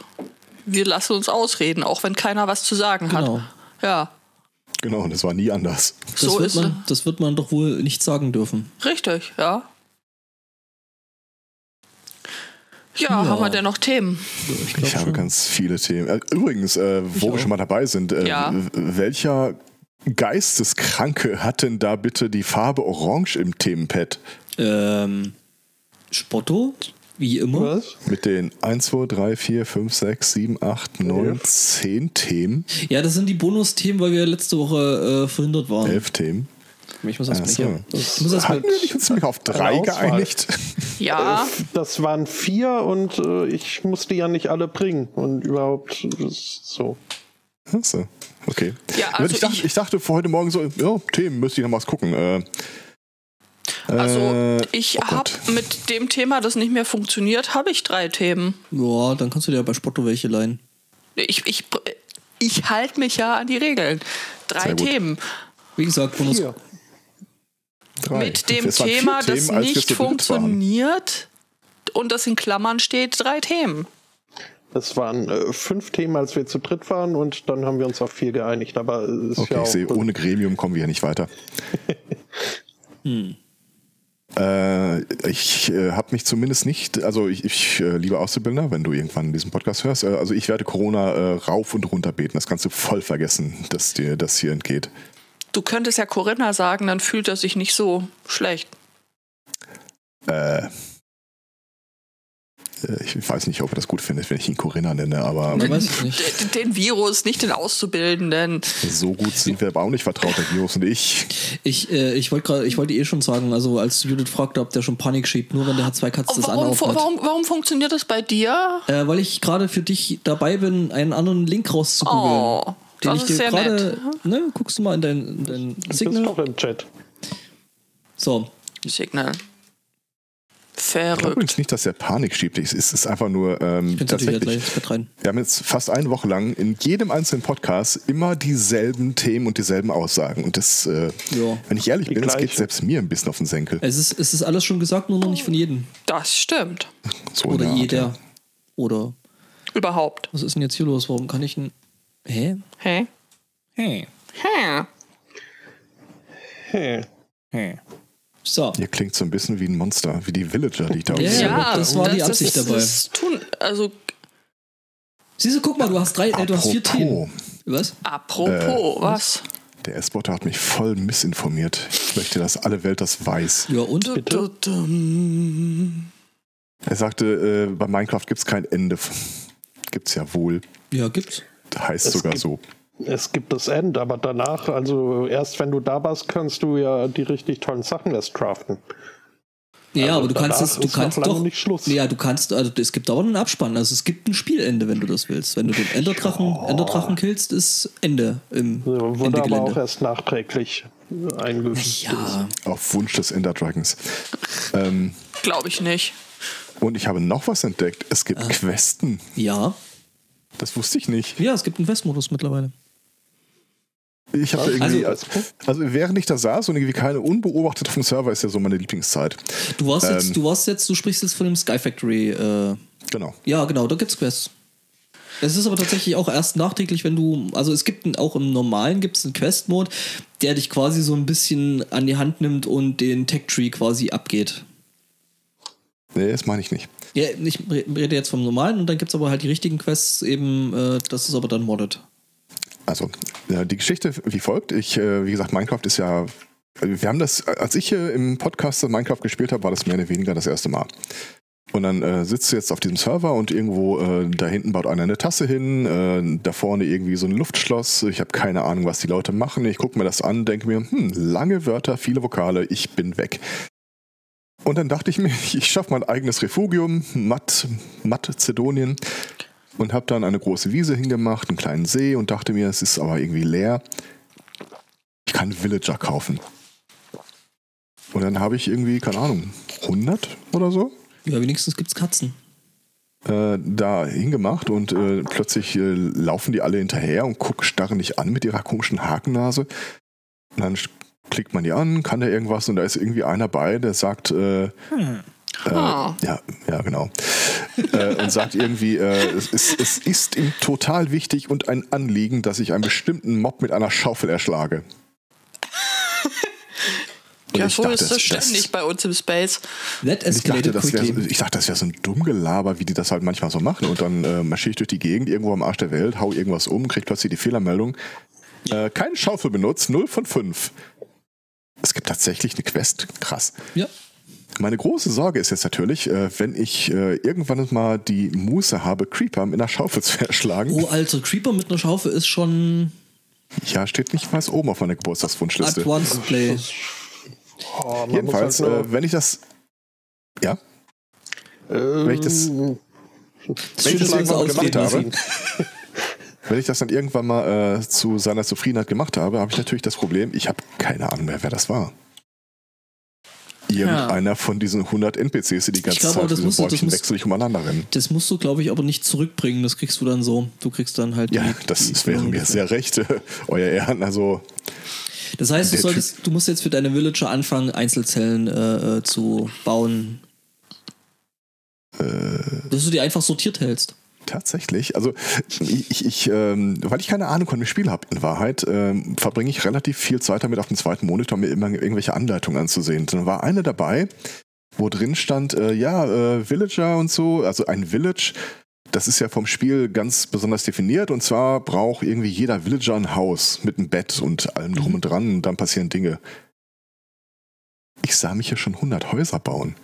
Speaker 3: wir lassen uns ausreden, auch wenn keiner was zu sagen
Speaker 1: Genau.
Speaker 3: hat. Ja,
Speaker 2: Genau, und es war nie anders.
Speaker 1: Das,
Speaker 3: so
Speaker 1: wird
Speaker 3: ist
Speaker 1: man, das wird man doch wohl nicht sagen dürfen.
Speaker 3: es. Richtig, ja.
Speaker 1: Ja.
Speaker 3: Ja, haben wir denn noch Themen?
Speaker 1: Ich, glaub
Speaker 2: Ich habe
Speaker 1: schon.
Speaker 2: ganz viele Themen. Äh, Übrigens, äh, wo
Speaker 1: auch.
Speaker 2: wir schon mal dabei sind, äh,
Speaker 3: Ja.
Speaker 2: w- welcher Geisteskranke hat denn da bitte die Farbe Orange im Themenpad?
Speaker 1: Ähm, Spotto, wie immer.
Speaker 4: Was?
Speaker 2: Mit den 1, 2, 3, 4, 5, 6, 7, 8, 9, 10 Themen,
Speaker 1: Ja, das sind die Bonusthemen, weil wir letzte Woche äh, verhindert waren.
Speaker 2: 11 Themen.
Speaker 1: Ich muss erst
Speaker 2: Ach
Speaker 1: mal
Speaker 2: so.
Speaker 1: hier. Ich muss erst mal
Speaker 2: Hatten wir nicht uns nämlich auf drei
Speaker 4: Auswahl.
Speaker 2: geeinigt?
Speaker 3: Ja,
Speaker 4: Äh, Das waren vier und äh, ich musste ja nicht alle bringen und überhaupt äh, so.
Speaker 2: Achso, okay.
Speaker 3: Ja,
Speaker 2: Aber
Speaker 3: also
Speaker 2: ich, dachte,
Speaker 3: ich-
Speaker 2: ich dachte für heute Morgen so, ja, Themen müsste ich noch mal was gucken. Äh,
Speaker 3: also
Speaker 2: äh,
Speaker 3: ich
Speaker 2: oh
Speaker 3: habe
Speaker 2: Gott.
Speaker 3: mit dem Thema, das nicht mehr funktioniert, habe ich drei Themen.
Speaker 1: Ja, dann kannst du dir ja bei Spotto welche leihen.
Speaker 3: Ich, ich, ich halte mich ja an die Regeln. Drei
Speaker 2: Sehr gut.
Speaker 3: Themen.
Speaker 1: Wie gesagt, Bonus.
Speaker 4: Vier.
Speaker 2: Drei.
Speaker 3: mit dem
Speaker 2: Es waren vier
Speaker 3: Thema, das
Speaker 2: Themen, als wir
Speaker 3: nicht
Speaker 2: zu dritt waren.
Speaker 3: funktioniert und das in Klammern steht, drei Themen.
Speaker 4: Das waren äh, fünf Themen, als wir zu dritt waren und dann haben wir uns auf vier geeinigt. Aber äh, ist
Speaker 2: Okay,
Speaker 4: ja
Speaker 2: ich
Speaker 4: auch
Speaker 2: sehe, ohne Gremium kommen wir ja nicht weiter. Äh, ich äh, habe mich zumindest nicht, also ich, ich äh, liebe Auszubildender, wenn du irgendwann diesen Podcast hörst, äh, also ich werde Corona äh, rauf und runter beten. Das kannst du voll vergessen, dass dir das hier entgeht.
Speaker 3: Du könntest ja Corinna sagen, dann fühlt er sich nicht so schlecht.
Speaker 2: Äh, äh, ich weiß nicht, ob er das gut findet, wenn ich ihn Corinna nenne, aber
Speaker 1: Man weiß es
Speaker 3: D
Speaker 1: nicht.
Speaker 3: d- den Virus, nicht den Auszubildenden.
Speaker 2: so gut sind wir aber auch nicht vertraut, der Virus und ich.
Speaker 1: Ich, äh, ich wollte gerade, ich wollte eh schon sagen, also als Judith fragte, ob der schon Panik schiebt, nur wenn der H2 Katz das
Speaker 3: Oh, Warum,
Speaker 1: anlaufen hat.
Speaker 3: warum, warum funktioniert das bei dir?
Speaker 1: Äh, weil ich gerade für dich dabei bin, einen anderen Link rauszugoogeln.
Speaker 3: Oh, das ist sehr
Speaker 1: ne, guckst du mal in dein, in dein
Speaker 4: Du bist doch
Speaker 1: Signal.
Speaker 4: im Chat.
Speaker 1: So,
Speaker 3: Signal.
Speaker 2: Ich glaube
Speaker 3: Verrückt.
Speaker 2: übrigens nicht, dass der Panik schiebt. Es ist es ist einfach nur ähm,
Speaker 1: kannst du dich ja gleich
Speaker 2: tatsächlich.
Speaker 1: ins Bett rein.
Speaker 2: Wir haben jetzt fast eine Woche lang in jedem einzelnen Podcast immer dieselben Themen und dieselben Aussagen. Und das, äh,
Speaker 1: Ja. Äh,
Speaker 2: wenn ich ehrlich
Speaker 4: Die
Speaker 2: bin, es geht
Speaker 4: gleiche.
Speaker 2: selbst mir ein bisschen auf den Senkel.
Speaker 1: Es ist, es ist alles schon gesagt, nur noch nicht von
Speaker 3: Oh.
Speaker 1: jedem.
Speaker 3: Das stimmt.
Speaker 2: So in
Speaker 1: Oder
Speaker 2: der Art,
Speaker 1: jeder.
Speaker 2: Oh ja.
Speaker 1: Oder,
Speaker 3: Überhaupt.
Speaker 1: was ist denn jetzt hier los? Warum kann ich ein. Hä?
Speaker 3: Hä?
Speaker 1: Hey.
Speaker 3: Hä?
Speaker 4: Hey.
Speaker 1: Hey. So.
Speaker 2: Ihr klingt so ein bisschen wie ein Monster, wie die Villager, die ich da
Speaker 1: Ja,
Speaker 2: gesehen
Speaker 1: ja.
Speaker 2: habe.
Speaker 1: das war die Absicht dabei.
Speaker 3: Das tun, also
Speaker 1: Siehst du, guck mal, du hast drei, äh, du hast vier
Speaker 2: Apropos.
Speaker 1: Themen. Was?
Speaker 2: Äh.
Speaker 3: apropos, was?
Speaker 2: Der S-Botter hat mich voll missinformiert. Ich möchte, dass alle Welt das weiß.
Speaker 1: Ja, und?
Speaker 3: Du, dum.
Speaker 2: Er sagte, äh, bei Minecraft gibt es kein Ende. Gibt's ja wohl.
Speaker 1: Ja, gibt's.
Speaker 2: Heißt
Speaker 4: Es
Speaker 2: sogar
Speaker 4: gibt-
Speaker 2: so.
Speaker 4: Es gibt das End, aber danach, also erst wenn du da warst, kannst du ja die richtig tollen Sachen erst craften.
Speaker 1: Ja,
Speaker 4: Also
Speaker 1: aber du kannst
Speaker 4: danach
Speaker 1: es, du
Speaker 4: ist noch
Speaker 1: kannst
Speaker 4: lange
Speaker 1: doch.
Speaker 4: nicht Schluss.
Speaker 1: Ja, du kannst, also es gibt dauernd einen Abspann. Also es gibt ein Spielende, wenn du das willst. Wenn du den Enderdrachen, Enderdrachen killst, ist Ende im
Speaker 4: Ja, Wurde aber auch
Speaker 1: Endegelände.
Speaker 4: erst nachträglich äh, eingeführt.
Speaker 1: Ja,
Speaker 2: Auf Wunsch des Ender Dragons. Ähm,
Speaker 3: Glaube ich nicht.
Speaker 2: und ich habe noch was entdeckt. Es
Speaker 1: Ah.
Speaker 2: gibt Questen.
Speaker 1: ja.
Speaker 2: Das wusste ich nicht.
Speaker 1: Ja, es gibt einen Questmodus mittlerweile.
Speaker 2: Ich habe irgendwie, also,
Speaker 4: Also-
Speaker 2: während ich da saß und irgendwie keine unbeobachtet vom Server ist ja so meine Lieblingszeit.
Speaker 1: Du warst
Speaker 2: Ähm.
Speaker 1: jetzt, du warst jetzt, du sprichst jetzt von dem Sky Factory. Äh,
Speaker 2: Genau.
Speaker 1: ja, genau, da gibt's Quests. Es ist aber tatsächlich auch erst nachträglich, wenn du, also es gibt einen- auch im normalen gibt es einen Quest-Mode, der dich quasi so ein bisschen an die Hand nimmt und den Tech-Tree quasi abgeht.
Speaker 2: Nee, das meine ich nicht.
Speaker 1: Ja, ich re- rede jetzt vom normalen und dann gibt es aber halt die richtigen Quests eben, äh, das ist aber dann modded.
Speaker 2: Also, äh, die Geschichte wie folgt. Ich, äh, wie gesagt, Minecraft ist ja. also Wir haben das, als ich hier im Podcast Minecraft gespielt habe, war das mehr oder weniger das erste Mal. Und dann äh, sitzt du jetzt auf diesem Server und irgendwo äh, da hinten baut einer eine Tasse hin, äh, da vorne irgendwie so ein Luftschloss. Ich habe keine Ahnung, was die Leute machen. Ich gucke mir das an, denke mir, hm, lange Wörter, viele Vokale, ich bin weg. Und dann dachte ich mir, ich schaffe mein eigenes Refugium, Mat, Matzedonien, und habe dann eine große Wiese hingemacht, einen kleinen See und dachte mir, es ist aber irgendwie leer. Ich kann Villager kaufen. Und dann habe ich irgendwie, keine Ahnung, 100 oder so
Speaker 1: Ja, wenigstens gibt's Katzen.
Speaker 2: äh, da hingemacht und äh, plötzlich äh, laufen die alle hinterher und gucken, starren dich an mit ihrer komischen Hakennase. Und dann sch- klickt man die an, kann da irgendwas und da ist irgendwie einer bei, der sagt, äh, äh,
Speaker 3: Ah.
Speaker 2: ja, ja, genau. äh, und sagt irgendwie, äh, es, ist, es ist ihm total wichtig und ein Anliegen, dass ich einen bestimmten Mob mit einer Schaufel erschlage. Und
Speaker 3: Ja,
Speaker 2: ich
Speaker 3: so
Speaker 2: dachte,
Speaker 3: ist das ständig bei uns im Space.
Speaker 1: That
Speaker 2: und ich dachte,
Speaker 1: escalated
Speaker 2: das wär,
Speaker 1: quickly.
Speaker 2: ich dachte, das wäre so ein dumm Gelaber, wie die das halt manchmal so machen. Und dann äh, marschiere ich durch die Gegend, irgendwo am Arsch der Welt, hau irgendwas um, krieg plötzlich die Fehlermeldung. Äh, keine Schaufel benutzt, 0 von 5. Es gibt tatsächlich eine Quest. Krass.
Speaker 1: Ja.
Speaker 2: Meine große Sorge ist jetzt natürlich, äh, wenn ich äh, irgendwann mal die Muße habe, Creeper mit einer Schaufel zu erschlagen.
Speaker 1: Oh, alter Creeper mit einer Schaufel ist schon
Speaker 2: Ja, steht nicht mal oben auf meiner Geburtstagswunschliste.
Speaker 1: Advanced
Speaker 2: äh,
Speaker 1: Play.
Speaker 4: Oh, man
Speaker 2: Jedenfalls,
Speaker 4: muss halt
Speaker 2: äh, wenn ich das. Ja?
Speaker 4: nur,
Speaker 2: wenn ich das-
Speaker 4: ähm,
Speaker 1: Das
Speaker 2: wenn ich
Speaker 1: Schöne
Speaker 2: das
Speaker 1: ist, wenn
Speaker 2: irgendwann mal
Speaker 1: sie
Speaker 2: gemacht habe,
Speaker 1: ausgehen.
Speaker 2: wenn ich das dann irgendwann mal äh, zu seiner Zufriedenheit gemacht habe, habe ich natürlich das Problem, ich habe keine Ahnung mehr, wer das war. Irgendeiner von diesen 100 NPCs, die die ganze
Speaker 1: glaube,
Speaker 2: Zeit
Speaker 1: das
Speaker 2: mit diesem
Speaker 1: musst du- das
Speaker 2: Bäumchen
Speaker 1: musst-
Speaker 2: wechselig umeinander rennen.
Speaker 1: Das musst du, glaube ich, aber nicht zurückbringen. Das kriegst du dann so. Du kriegst dann halt.
Speaker 2: Ja,
Speaker 1: die-
Speaker 2: das
Speaker 1: die-
Speaker 2: wäre mir sehr recht, euer Ehren. Also,
Speaker 1: Das heißt, du,
Speaker 2: der
Speaker 1: solltest, du musst jetzt für deine Villager anfangen, Einzelzellen äh, äh, zu bauen.
Speaker 2: Äh.
Speaker 1: Dass du die einfach sortiert hältst.
Speaker 2: Tatsächlich. Also ich, ich- ich ähm, weil ich keine Ahnung von dem Spiel habe, in Wahrheit, ähm, verbringe ich relativ viel Zeit damit auf dem zweiten Monitor, mir immer irgendwelche Anleitungen anzusehen. Dann war eine dabei, wo drin stand, äh, ja, äh, Villager und so, also ein Village, das ist ja vom Spiel ganz besonders definiert und zwar braucht irgendwie jeder Villager ein Haus mit einem Bett und allem drum und dran und dann passieren Dinge. Ich sah mich hier schon 100 Häuser bauen.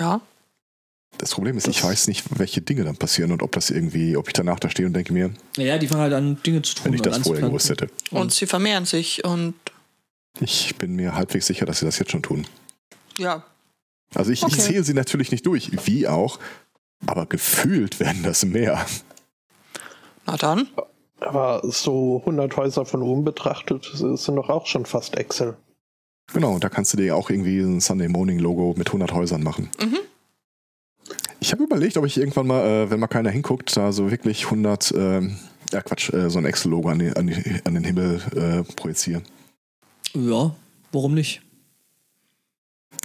Speaker 3: Ja.
Speaker 2: Das Problem ist, ich
Speaker 4: Das-
Speaker 2: weiß nicht, welche Dinge dann passieren und ob das irgendwie, ob ich danach da stehe und denke mir,
Speaker 1: Naja, die fangen halt an, Dinge zu tun.
Speaker 2: wenn ich das
Speaker 1: und
Speaker 2: vorher
Speaker 1: anzupflanzen.
Speaker 2: gewusst hätte.
Speaker 3: Und sie vermehren sich und
Speaker 2: Ich bin mir halbwegs sicher, dass sie das jetzt schon tun.
Speaker 3: ja.
Speaker 2: Also ich,
Speaker 3: Okay.
Speaker 2: ich zähle sie natürlich nicht durch, wie auch, aber gefühlt werden das mehr.
Speaker 3: Na dann.
Speaker 4: aber so 100 Häuser von oben betrachtet sind doch auch schon fast Excel.
Speaker 2: Genau, da kannst du dir auch irgendwie ein Sunday Morning Logo mit 100 Häusern machen.
Speaker 3: Mhm.
Speaker 2: Ich habe überlegt, ob ich irgendwann mal, äh, wenn mal keiner hinguckt, da so wirklich 100, ähm, ja Quatsch, äh, so ein Excel-Logo an, die- an, die- an den Himmel äh, projiziere.
Speaker 1: Ja, warum nicht?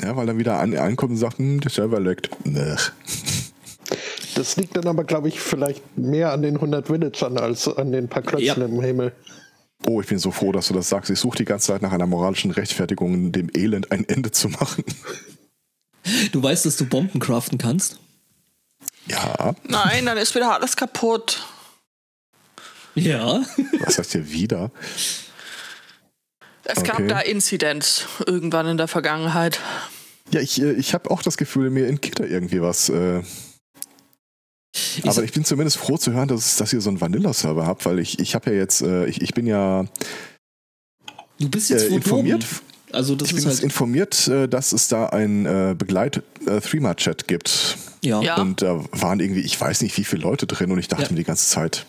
Speaker 2: Ja, weil dann wieder an, ankommt und sagt, hm, der Server leckt. Nech.
Speaker 4: Das liegt dann aber, glaube ich, vielleicht mehr an den 100 Villagern als an den paar Klötzen
Speaker 1: Ja.
Speaker 4: im Himmel.
Speaker 2: Oh, ich bin so froh, dass du das sagst. Ich suche die ganze Zeit nach einer moralischen Rechtfertigung, dem Elend ein Ende zu machen.
Speaker 1: Du weißt, dass du Bomben craften kannst?
Speaker 2: Ja,
Speaker 3: Nein, dann ist wieder alles kaputt.
Speaker 1: Ja.
Speaker 2: was heißt hier wieder?
Speaker 3: Es gab
Speaker 2: Okay.
Speaker 3: da Inzidenz irgendwann in der Vergangenheit.
Speaker 2: Ja, ich, äh, ich habe auch das Gefühl, mir entgeht da irgendwie was. Äh,
Speaker 1: Ich
Speaker 2: aber
Speaker 1: sag-
Speaker 2: ich bin zumindest froh zu hören, dass, dass ihr so einen Vanilla-Server habt, weil ich, ich habe ja jetzt, äh, ich, ich bin ja
Speaker 1: du bist jetzt
Speaker 2: äh,
Speaker 1: Photonen.
Speaker 2: informiert.
Speaker 1: Also das
Speaker 2: Ich bin
Speaker 1: ist
Speaker 2: jetzt
Speaker 1: halt.
Speaker 2: informiert, äh, dass es da einen äh, Begleit-Threema-Chat gibt.
Speaker 1: Ja.
Speaker 3: Ja.
Speaker 2: Und da waren irgendwie, ich weiß nicht, wie viele Leute drin und ich dachte
Speaker 1: Ja.
Speaker 2: mir die ganze Zeit,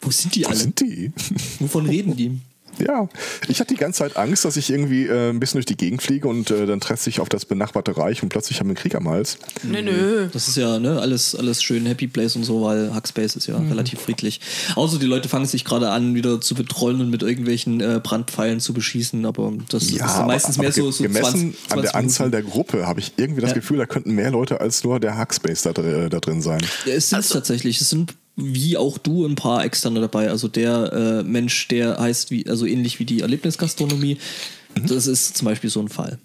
Speaker 1: Wo sind die
Speaker 2: wo
Speaker 1: alle?
Speaker 2: sind die?
Speaker 1: Wovon reden die?
Speaker 2: Ja, ich hatte die ganze Zeit Angst, dass ich irgendwie äh, ein bisschen durch die Gegend fliege und äh, dann treffe ich auf das benachbarte Reich und plötzlich haben wir einen Krieg am Hals.
Speaker 3: Nö, nö.
Speaker 1: Das ist ja ne, alles, alles schön Happy Place und so, weil Hackspace ist
Speaker 2: Mhm.
Speaker 1: ja relativ friedlich. Außer die Leute fangen sich gerade an, wieder zu betreuen und mit irgendwelchen äh, Brandpfeilen zu beschießen, aber das ist dann
Speaker 2: aber-
Speaker 1: meistens
Speaker 2: aber
Speaker 1: mehr so,
Speaker 2: ge-
Speaker 1: so
Speaker 2: gemessen
Speaker 1: 20, 20
Speaker 2: an der
Speaker 1: Minuten.
Speaker 2: Anzahl der Gruppe habe ich irgendwie das
Speaker 1: Ja.
Speaker 2: Gefühl, da könnten mehr Leute als nur der Hackspace da, dr- äh, da drin sein.
Speaker 1: Ja, es sind tatsächlich. Es sind wie auch du ein paar Externe dabei. Also der äh, Mensch, der heißt wie, also ähnlich wie die Erlebnisgastronomie, das ist zum Beispiel so ein Fall.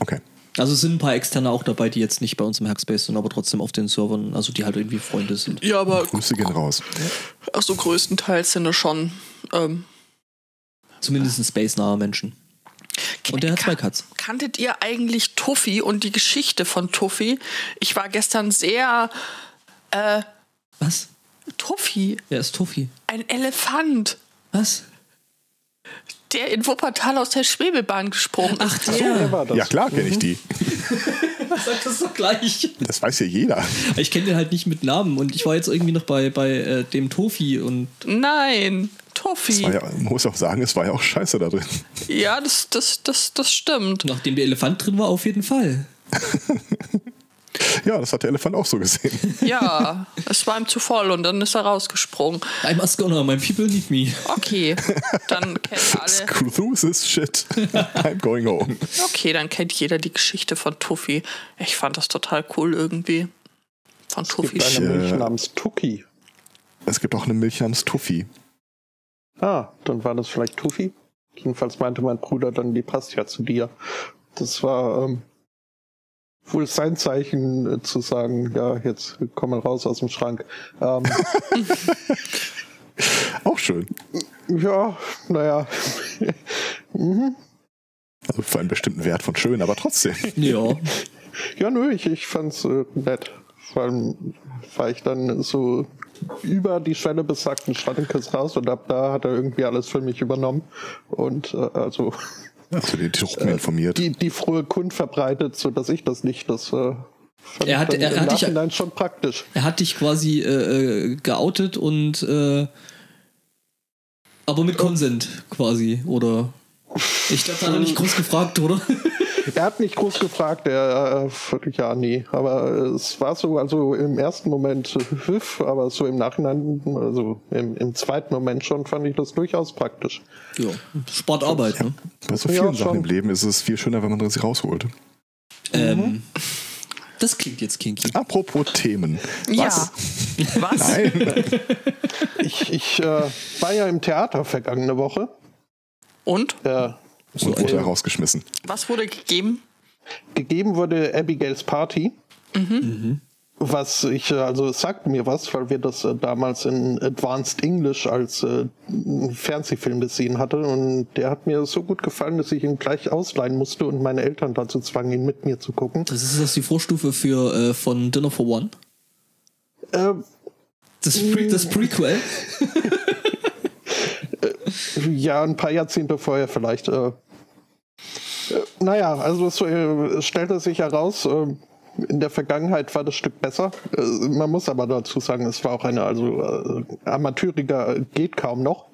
Speaker 2: Okay.
Speaker 1: Also es sind ein paar Externe auch dabei, die jetzt nicht bei uns im Hackspace sind, aber trotzdem auf den Servern, also die halt irgendwie Freunde sind.
Speaker 3: Ja, aber
Speaker 2: Grüße gehen raus.
Speaker 3: ach so größtenteils sind das schon. Ähm,
Speaker 1: Zumindest ein space-nahe Menschen. Und der hat zwei Cuts.
Speaker 3: Kanntet ihr eigentlich Tuffy und die Geschichte von Tuffy? Ich war gestern sehr äh,
Speaker 1: Was?
Speaker 3: Tuffy,
Speaker 1: Wer ist Tofi?
Speaker 3: ein Elefant,
Speaker 1: Was?
Speaker 3: der in Wuppertal aus der Schwebebahn gesprungen ist.
Speaker 1: Ach, der.
Speaker 4: war das.
Speaker 2: Ja klar
Speaker 1: mhm.
Speaker 2: kenne ich die.
Speaker 1: Sag das doch gleich.
Speaker 2: Das weiß ja jeder.
Speaker 1: Ich kenne den halt nicht mit Namen und ich war jetzt irgendwie noch bei, bei äh, dem Tofi und
Speaker 3: Nein,
Speaker 2: Das
Speaker 3: Tuffy.
Speaker 2: war ja, man muss auch sagen, es war ja auch scheiße da drin.
Speaker 3: Ja, das, das, das, das stimmt.
Speaker 1: nachdem der Elefant drin war, auf jeden Fall.
Speaker 2: Ja, das hat der Elefant auch so gesehen.
Speaker 3: Ja, es war ihm zu voll und dann ist er rausgesprungen.
Speaker 1: I'm Ascona, my people need me.
Speaker 3: Okay, dann kennt alle.
Speaker 2: Screw this shit. I'm going home.
Speaker 3: Okay, dann kennt jeder die Geschichte von Tuffy. Ich fand das total cool irgendwie. Von Tuffy.
Speaker 4: Gibt eine
Speaker 2: äh,
Speaker 4: Milch namens Tuki.
Speaker 2: Es gibt auch eine Milch namens Tuffy.
Speaker 4: Ah, dann war das vielleicht Tufi. Jedenfalls meinte mein Bruder dann, die passt ja zu dir. Das war ähm, wohl sein Zeichen äh, zu sagen, ja, jetzt komm mal raus aus dem Schrank. Ähm,
Speaker 2: Auch schön.
Speaker 4: ja, naja. mhm.
Speaker 2: Also für einen bestimmten Wert von schön, aber trotzdem.
Speaker 1: Ja.
Speaker 4: Ja, nö, ich, ich fand's äh, nett. Vor allem war ich dann so über die Schwelle besagten Schrankes raus und ab da hat er irgendwie alles für mich übernommen. Und äh, also
Speaker 2: Also den Truppen informiert.
Speaker 4: Äh, die, die frohe Kund verbreitet, sodass ich das nicht. Das äh, fand
Speaker 1: Er
Speaker 4: ich
Speaker 1: hat-
Speaker 4: dann
Speaker 1: er
Speaker 4: im
Speaker 1: hat dich-
Speaker 4: Nachhinein schon praktisch.
Speaker 1: Er hat dich quasi äh, äh, geoutet und äh, aber mit Consent quasi, oder? Ich glaube, da hat er nicht groß gefragt, oder?
Speaker 4: Er hat nicht groß gefragt, er, äh, ja, nee. Aber es war so, also im ersten Moment äh, hüff, aber so im Nachhinein, also im, im zweiten Moment schon, fand ich das durchaus praktisch.
Speaker 1: ja. Spart Arbeit, ne?
Speaker 2: Bei so
Speaker 4: Ja,
Speaker 2: vielen
Speaker 4: schon.
Speaker 2: Sachen im Leben ist es viel schöner, wenn man sie rausholt.
Speaker 1: Ähm, das klingt jetzt kinky.
Speaker 2: Apropos Themen.
Speaker 3: Ja. Was?
Speaker 2: Nein.
Speaker 4: Ich, ich äh, war ja im Theater vergangene Woche.
Speaker 3: Und?
Speaker 4: Äh,
Speaker 2: Und wurde rausgeschmissen.
Speaker 3: Was wurde gegeben?
Speaker 4: gegeben wurde Abigail's Party. Was ich, äh, also es sagt mir was, weil wir das äh, damals in Advanced English als äh, einen Fernsehfilm gesehen hatten und der hat mir so gut gefallen, dass ich ihn gleich ausleihen musste und meine Eltern dazu zwangen, ihn mit mir zu gucken.
Speaker 1: Das ist das die Vorstufe für äh, von Dinner for One.
Speaker 4: Äh,
Speaker 1: Das, Pre das Prequel.
Speaker 4: ja, ein paar Jahrzehnte vorher vielleicht. Äh, äh, naja, also es äh, es stellte sich heraus, äh, in der Vergangenheit war das Stück besser. Äh, man muss aber dazu sagen, es war auch eine, also äh, amateuriger geht kaum noch.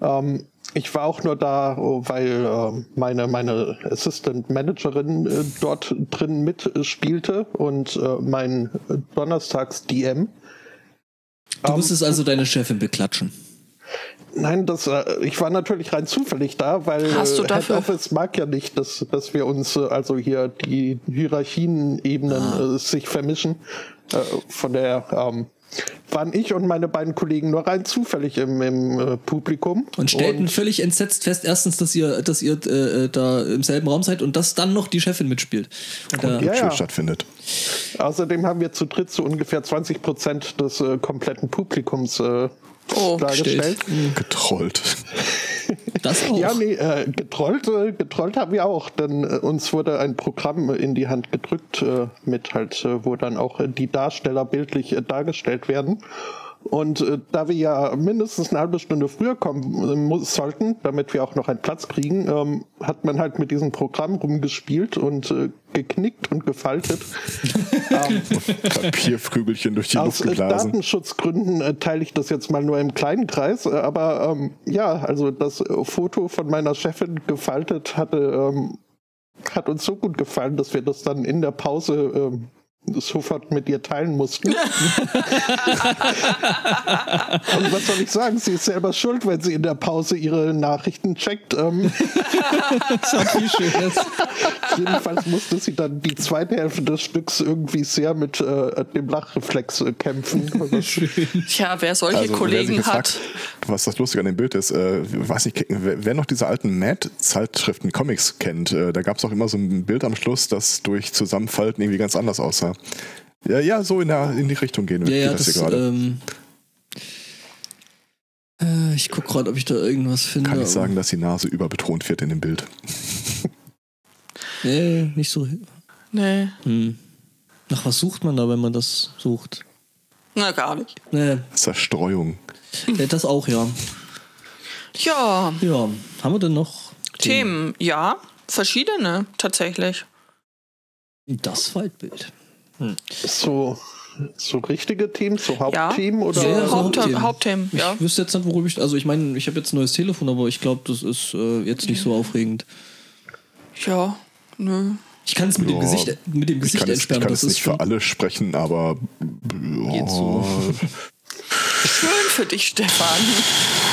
Speaker 4: Ähm, ich war auch nur da, weil äh, meine, meine Assistant Managerin äh, dort drin mitspielte und äh, mein Donnerstags-DM.
Speaker 1: Du musstest also deine Chefin beklatschen.
Speaker 4: Nein, das, äh, ich war natürlich rein zufällig da, weil
Speaker 3: Hast du
Speaker 4: äh,
Speaker 3: dafür-
Speaker 4: Head Office mag ja nicht, dass, dass wir uns äh, also hier
Speaker 3: Ah.
Speaker 4: die Hierarchienebenen äh, sich vermischen. Äh, von der ähm, waren ich und meine beiden Kollegen nur rein zufällig im, im äh, Publikum.
Speaker 1: Und stellten völlig entsetzt fest, erstens, dass ihr, dass ihr äh, da im selben Raum seid und dass dann noch die Chefin mitspielt. Und, äh,
Speaker 2: Hübsche
Speaker 4: ja.
Speaker 2: stattfindet.
Speaker 4: Außerdem haben wir zu dritt so ungefähr 20 Prozent des äh, kompletten Publikums äh,
Speaker 3: Oh,
Speaker 4: dargestellt.
Speaker 2: Getrollt.
Speaker 1: Das auch.
Speaker 4: Ja, nee, äh, getrollt, äh, getrollt haben wir auch, denn äh, uns wurde ein Programm äh, in die Hand gedrückt äh, mit halt, äh, wo dann auch äh, die Darsteller bildlich äh, dargestellt werden. Und äh, da wir ja mindestens eine halbe Stunde früher kommen äh, muss, sollten, damit wir auch noch einen Platz kriegen, ähm, hat man halt mit diesem Programm rumgespielt und äh, geknickt und gefaltet. ähm,
Speaker 2: Papierkrügelchen durch die Luft
Speaker 4: aus äh,
Speaker 2: geblasen.
Speaker 4: Datenschutzgründen äh, teile ich das jetzt mal nur im kleinen Kreis, äh, aber ähm, ja, also das äh, Foto von meiner Chefin gefaltet hatte, ähm, hat uns so gut gefallen, dass wir das dann in der Pause ähm, sofort mit ihr teilen mussten. Und was soll ich sagen? Sie ist selber schuld, wenn sie in der Pause ihre Nachrichten checkt. Ähm,
Speaker 1: Wie schön das.
Speaker 4: Jedenfalls musste sie dann die zweite Hälfte des Stücks irgendwie sehr mit äh, dem Lachreflex äh, kämpfen.
Speaker 3: Tja, wer solche
Speaker 2: Also, wer sich
Speaker 3: Kollegen
Speaker 2: gefragt-
Speaker 3: hat.
Speaker 2: Was das Lustige an dem Bild ist, äh, weiß nicht, wer, wer noch diese alten Mad-Zeitschriften, Comics kennt, äh, da gab es auch immer so ein Bild am Schluss, das durch Zusammenfalten irgendwie ganz anders aussah. Ja, ja, so in, der, in die Richtung gehen
Speaker 1: Ja,
Speaker 2: geht
Speaker 1: ja,
Speaker 2: das
Speaker 1: das.
Speaker 2: hier gerade.
Speaker 1: Ähm, äh, ich guck gerade, ob ich da irgendwas finde.
Speaker 2: Kann
Speaker 1: aber-
Speaker 2: ich sagen, dass die Nase überbetont wird in dem Bild.
Speaker 1: Nee, nicht so.
Speaker 3: Nee.
Speaker 1: Hm. Nach was sucht man da, wenn man das sucht?
Speaker 3: Na, gar nicht.
Speaker 1: Nee,
Speaker 2: Zerstreuung.
Speaker 1: äh, das auch, ja.
Speaker 3: Ja,
Speaker 1: Ja, haben wir denn noch
Speaker 3: Themen, ja. Verschiedene, tatsächlich.
Speaker 1: Das Waldbild.
Speaker 4: So, so richtige Teams, so Hauptteam oder?
Speaker 3: So,
Speaker 1: Ja, ja, so
Speaker 3: Haupt
Speaker 1: Hauptthemen.
Speaker 3: Hauptthemen.
Speaker 1: Ich
Speaker 3: ja.
Speaker 1: wüsste jetzt nicht, worüber ich. Also, ich meine, ich habe jetzt ein neues Telefon, aber ich glaube, das ist äh, jetzt nicht so aufregend.
Speaker 3: Ja, nö.
Speaker 1: Ich kann es mit
Speaker 2: Ja,
Speaker 1: dem Gesicht, mit dem
Speaker 2: Ich
Speaker 1: Gesicht
Speaker 2: kann jetzt, ich
Speaker 1: entsperren,
Speaker 2: kann
Speaker 1: das
Speaker 2: jetzt
Speaker 1: ist
Speaker 2: nicht
Speaker 1: schon.
Speaker 2: für alle sprechen, aber
Speaker 1: Geht so.
Speaker 2: oh,
Speaker 3: Schön für dich, Stefan.